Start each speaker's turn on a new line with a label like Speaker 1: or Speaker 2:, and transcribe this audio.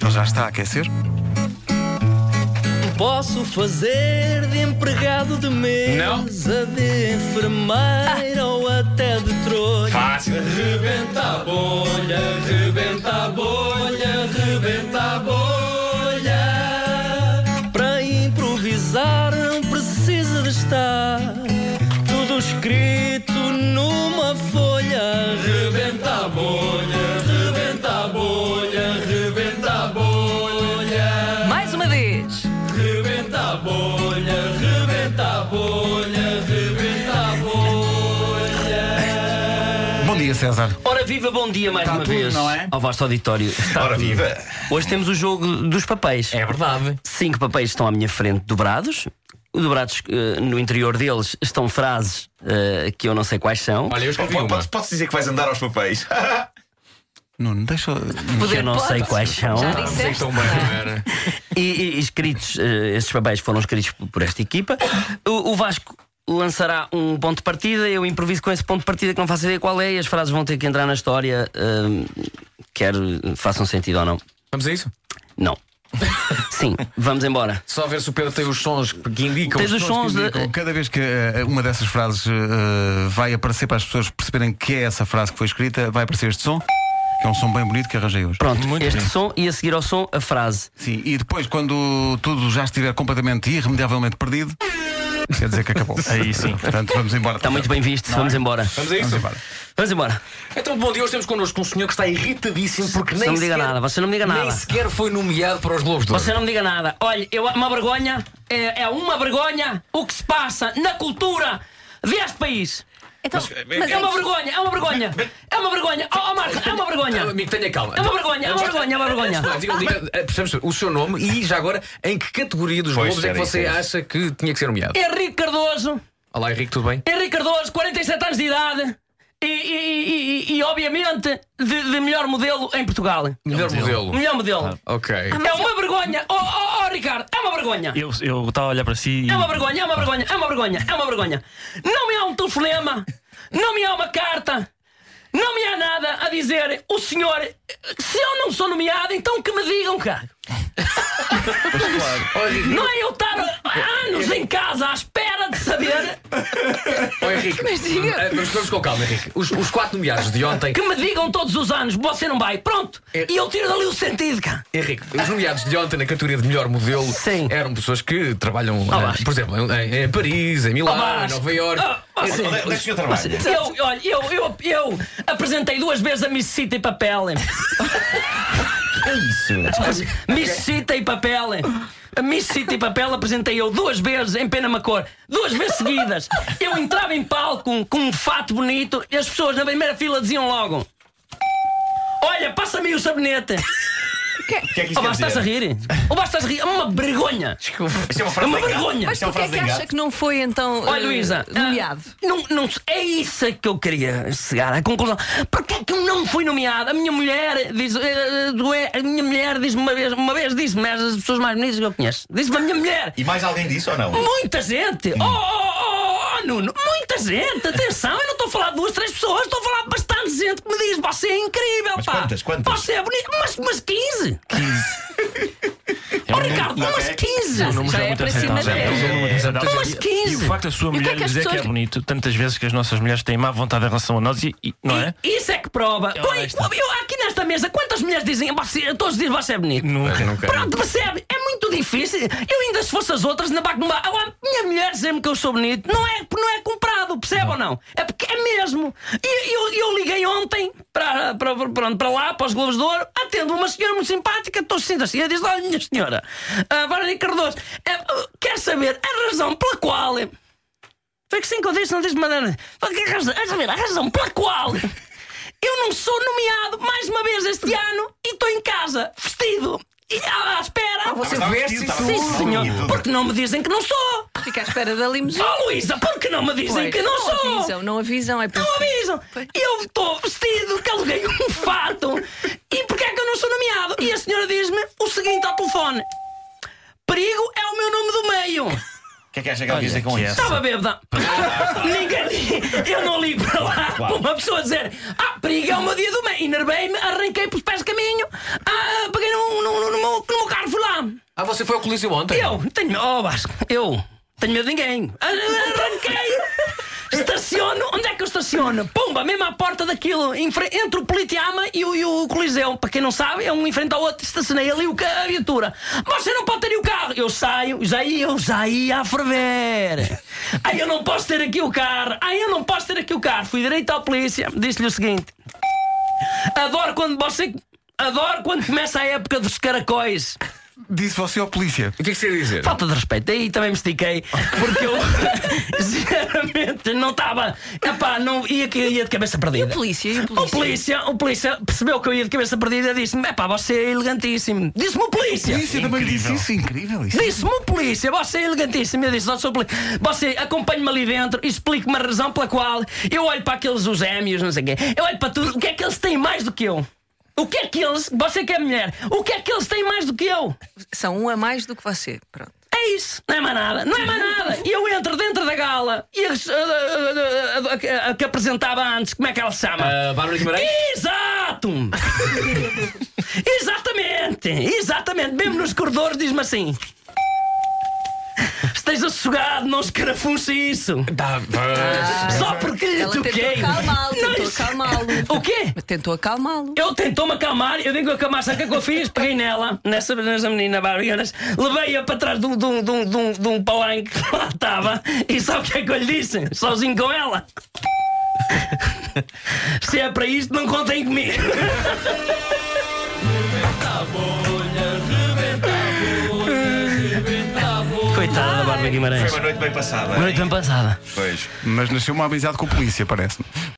Speaker 1: Ele já está a aquecer?
Speaker 2: Posso fazer de empregado de mesa, de enfermeira ou até de trolha.
Speaker 3: Fácil.
Speaker 2: Rebenta a bolha, rebenta a bolha, rebenta a bolha. Para improvisar não precisa de estar tudo escrito numa folha. Rebenta a bolha, rebenta a bolha, rebenta a bolha.
Speaker 4: Mais uma vez.
Speaker 2: Rebenta a bolha, rebenta a bolha, rebenta a bolha.
Speaker 1: Bom dia, César.
Speaker 2: Ora viva, bom dia mais
Speaker 1: Está
Speaker 2: uma
Speaker 1: tudo,
Speaker 2: vez
Speaker 1: não é?
Speaker 2: ao vosso auditório. Está
Speaker 3: Ora
Speaker 2: tudo.
Speaker 3: viva!
Speaker 2: Hoje temos o jogo dos papéis.
Speaker 5: É verdade.
Speaker 2: Cinco papéis estão à minha frente dobrados. Dobrados eh, no interior deles estão frases eh, que eu não sei quais são.
Speaker 5: Olha, eu escrevi
Speaker 3: Pode-
Speaker 5: uma.
Speaker 3: pode- Posso dizer que vais andar aos papéis?
Speaker 1: Nuno, deixa.
Speaker 2: que eu não
Speaker 4: pode.
Speaker 2: sei quais são.
Speaker 4: Já
Speaker 5: Não sei
Speaker 4: disseste.
Speaker 5: tão Então bem, não era?
Speaker 2: E, e- e escritos, eh, estes papéis foram escritos por esta equipa. O, o Vasco lançará um ponto de partida, eu improviso com esse ponto de partida que não faço ideia qual é, e as frases vão ter que entrar na história, eh, quer façam sentido ou não.
Speaker 5: Vamos a isso?
Speaker 2: Não. Sim, vamos embora.
Speaker 5: Só ver se o Pedro tem os sons que indicam.
Speaker 2: Tens os sons de.
Speaker 1: Cada vez que eh, uma dessas frases eh, vai aparecer para as pessoas perceberem que é essa frase que foi escrita, vai aparecer este som, que é um som bem bonito que arranjei hoje.
Speaker 2: Pronto,
Speaker 5: Muito
Speaker 2: este
Speaker 5: bem.
Speaker 2: som e a seguir ao som a frase.
Speaker 1: Sim, e depois, quando tudo já estiver completamente e irremediavelmente perdido, quer dizer que acabou.
Speaker 6: Aí sim.
Speaker 1: Portanto, vamos embora.
Speaker 2: Está Tá muito bem visto, vamos
Speaker 5: é?
Speaker 2: embora.
Speaker 5: Vamos a isso?
Speaker 2: Vamos embora.
Speaker 5: Então, bom dia. Hoje temos connosco um senhor que está irritadíssimo porque nem
Speaker 2: Não me
Speaker 5: sequer,
Speaker 2: diga nada, você não me diga
Speaker 5: nem
Speaker 2: nada.
Speaker 5: sequer foi nomeado para os Globos de Ouro.
Speaker 2: Você não me diga nada. Olha, eu, é uma vergonha, é, é uma vergonha o que se passa na cultura deste país.
Speaker 4: Então, mas
Speaker 2: É uma vergonha, é uma vergonha. É uma vergonha. Oh, oh Marco, é uma
Speaker 5: Ah,
Speaker 2: vergonha.
Speaker 5: Amigo, tenha calma.
Speaker 2: É uma vergonha, é uma vergonha, é uma vergonha.
Speaker 5: Não, diga- diga- eh, Percebemos o seu nome e já agora em que categoria dos
Speaker 3: Pois,
Speaker 5: Globos é que
Speaker 3: era
Speaker 5: você
Speaker 3: isso, era
Speaker 5: acha que tinha que ser nomeado?
Speaker 2: Henrique Cardoso,
Speaker 5: Olá, Henrique, tudo bem?
Speaker 2: Henrique Cardoso, 47 anos de idade. E, e- e- e- e, obviamente, de, de melhor modelo em Portugal.
Speaker 5: Melhor modelo.
Speaker 2: Melhor modelo.
Speaker 5: Ok.
Speaker 2: É uma vergonha. Oh, oh, oh, Ricardo, é uma vergonha.
Speaker 6: Eu eu estava a olhar para si e.
Speaker 2: É uma vergonha, é uma vergonha, é uma vergonha, é uma vergonha. Não me há um telefonema, não me há uma carta, não me há nada a dizer o senhor, se eu não sou nomeado, então que me digam, cara. Não é eu estar há anos em casa à espera de saber
Speaker 5: Ó, Henrique,
Speaker 4: Mas diga.
Speaker 5: eh, mas vamos com calma, Henrique. Os, os quatro nomeados de ontem.
Speaker 2: que me digam todos os anos, você não vai, pronto. E eu tiro dali o sentido, cara.
Speaker 5: Henrique, os nomeados de ontem na categoria de melhor modelo
Speaker 2: Sim.
Speaker 5: eram pessoas que trabalham,
Speaker 2: Ah,
Speaker 5: eh,
Speaker 2: Vasco.
Speaker 5: por exemplo, em, em Paris, em Milão,
Speaker 2: Ah,
Speaker 5: em
Speaker 2: Vasco.
Speaker 5: Nova Iorque.
Speaker 2: Ah, ah, sim.
Speaker 3: Onde é onde é que o senhor trabalha?
Speaker 2: Eu, olha, eu, eu, eu apresentei duas vezes a Missita e Papel. É isso? Missita e Papel. A Missita e Papel apresentei eu duas vezes em Pena Macor, duas vezes seguidas. Eu entrava em palco com um fato bonito e as pessoas na primeira fila diziam logo: Olha, passa-me aí o sabonete.
Speaker 3: O que é que
Speaker 2: O
Speaker 3: isso quer
Speaker 2: Vasco estás a
Speaker 3: dizer?
Speaker 2: rir? O Vasco estás a rir? É uma vergonha.
Speaker 3: Isto é uma
Speaker 2: É
Speaker 3: frase
Speaker 2: uma
Speaker 3: de engato.
Speaker 2: vergonha.
Speaker 4: Mas
Speaker 3: Isto é uma
Speaker 4: porquê é que
Speaker 3: frase de
Speaker 4: acha
Speaker 3: engato.
Speaker 4: que não foi então
Speaker 2: Olha,
Speaker 4: eh,
Speaker 2: Luísa, ah,
Speaker 4: nomeado?
Speaker 2: Não, não, é isso que eu queria chegar à conclusão. Porquê que eu não fui nomeado? A minha mulher diz, eh, doe- a minha mulher diz uma vez, uma vez disse-me és as pessoas mais bonitas que eu conheço. Disse-me a minha mulher.
Speaker 3: E mais alguém disse ou não?
Speaker 2: Muita gente! Oh, oh, oh, oh, Nuno! Muita gente! Atenção, eu não estou a falar de duas, três pessoas, estou a falar de bastante gente que me diz: você é incrível,
Speaker 3: Mas
Speaker 2: pá!
Speaker 3: quantas, quantas?
Speaker 2: Você é bonito, mas, mas 15! 15! oh, Ricardo,
Speaker 3: não
Speaker 2: mas
Speaker 3: é?
Speaker 2: 15!
Speaker 4: Não, já
Speaker 6: Já é
Speaker 4: é
Speaker 6: muito
Speaker 4: para cima
Speaker 6: aceitável.
Speaker 4: dela.
Speaker 6: É um número aceitável.
Speaker 2: Mas
Speaker 6: E o
Speaker 2: 15!
Speaker 6: facto da sua
Speaker 4: E o que é
Speaker 6: mulher
Speaker 4: que
Speaker 6: lhe
Speaker 4: as
Speaker 6: dizer que é
Speaker 4: pessoas-
Speaker 6: bonito, tantas vezes que as nossas mulheres têm má vontade em relação a nós, e, e- não é?
Speaker 2: Isso é que prova.
Speaker 6: É
Speaker 2: Oi,
Speaker 6: honesto.
Speaker 2: eu, aqui nesta mesa, quantas mulheres dizem você, todos dizem você é bonito?
Speaker 6: Nunca.
Speaker 5: Nunca.
Speaker 2: Pronto, percebe? É muito difícil. Eu ainda se fosse as outras, na baco numa. Agora, minha mulher dizer-me que eu sou bonito não é, não é comprado, percebe ou não? É porque é mesmo. E eu, eu liguei ontem para, para, para- pronto, para lá, para os Globos de Ouro, atendo uma senhora muito simpática, estou sentindo assim. Eu disse: Olha, minha senhora, a Verónica Cardoso, eh, eh, quer saber a razão pela qual. Foi que sim que eu disse, não disse de maneira. Foi que a razão, a saber, a razão pela qual um eu não sou nomeado mais uma vez este ano e estou em casa, vestido, e à, à espera.
Speaker 4: Ah,
Speaker 3: Mas estava vestido, estava
Speaker 2: Sim,
Speaker 3: vestido
Speaker 2: senhor,
Speaker 3: e tudo.
Speaker 2: porque não me dizem que não sou.
Speaker 4: Fica à espera da limusine.
Speaker 2: Oh, Luísa, porque não me dizem
Speaker 4: Pois,
Speaker 2: que não, sou.
Speaker 4: avisam, não avisam, é para
Speaker 2: Não avisam. Eu estou vestido, que aluguei um fato. E porquê é que eu não sou nomeado? E a senhora diz-me o seguinte ao telefone: Perigo é o meu nome do meio.
Speaker 3: O que é que acha que ela quis dizer com
Speaker 6: que
Speaker 3: isso?
Speaker 6: é.
Speaker 2: Estava bêbada. Ninguém liga. Eu não ligo para lá.
Speaker 3: claro.
Speaker 2: Uma pessoa a dizer: Ah, perigo é o meu dia do meio. Enervei-me, arranquei pelos pés de caminho, ah, peguei num, num, num- numa
Speaker 5: Ah, Você foi ao Coliseu ontem?
Speaker 2: Eu tenho. Oh, Vasco, eu tenho medo de ninguém. Ar- Arranquei! Estaciono, onde é que eu estaciono? Pumba, mesmo à porta daquilo, em fre- entre o Politeama e o, e o Coliseu. Para quem não sabe, é um em frente ao outro, estacionei ali o, ca- a viatura. Você não pode ter aí o carro. Eu saio, já ia, eu já ia a ferver. Ai, eu não posso ter aqui o carro. Ai, eu não posso ter aqui o carro. Fui direito à polícia, disse-lhe o seguinte: Adoro quando você. Adoro quando começa a época dos caracóis.
Speaker 1: Disse você ao polícia.
Speaker 5: O que é que você ia dizer?
Speaker 2: Falta de respeito. Aí também me estiquei, porque eu sinceramente não estava. Epá, não ia, que- ia de cabeça perdida.
Speaker 4: Polícia, e o
Speaker 2: O
Speaker 4: polícia?
Speaker 2: polícia, o polícia percebeu que eu ia de cabeça perdida e disse-me: Epá, você é elegantíssimo. Disse-me o polícia.
Speaker 1: Polícia também disse
Speaker 3: Incrível.
Speaker 1: isso, incrível isso.
Speaker 2: Disse-me o polícia, você é elegantíssimo. Eu disse: "Ó, Sr. polícia, Você acompanhe-me ali dentro e explique-me a razão pela qual eu olho para aqueles os gêmeos, não sei o quê. Eu olho para tudo. O que é que eles têm mais do que eu? O que é que eles. Você que é mulher, o que é que eles têm mais do que eu?
Speaker 4: São um a mais do que você. Pronto.
Speaker 2: É isso, não é mais nada, não é mais nada. E eu entro dentro da gala e a, a- a- a- a que apresentava antes, como é que ela se chama?
Speaker 5: Ah, Bárbara Guimarães?
Speaker 2: Exato! exatamente, exatamente. Mesmo nos corredores diz-me assim. Esteja sossegado, não escarafunce isso.
Speaker 5: Tá, vá.
Speaker 2: Só porque lhe
Speaker 4: Ah, Ela tentou
Speaker 2: toquei.
Speaker 4: acalmá-lo,
Speaker 2: é. Não,
Speaker 4: tentou
Speaker 2: isso-
Speaker 4: acalmá-lo.
Speaker 2: O quê?
Speaker 4: Tentou acalmá-lo.
Speaker 2: Eu tentou-me acalmar, eu digo acalmar, sabe o que é que eu fiz? Peguei nela, nessa, nessa menina Barbienas, levei-a para trás de um, de um, de um, de um, de um palanque que lá estava e sabe o que é que eu lhe disse? Sozinho com ela. Se é para isto, não contem comigo. Coitada da Bárbara
Speaker 3: Foi
Speaker 2: Guimarães.
Speaker 3: uma noite bem passada.
Speaker 2: Noite bem passada.
Speaker 3: Pois.
Speaker 1: Mas nasceu uma amizade com a polícia, parece-me.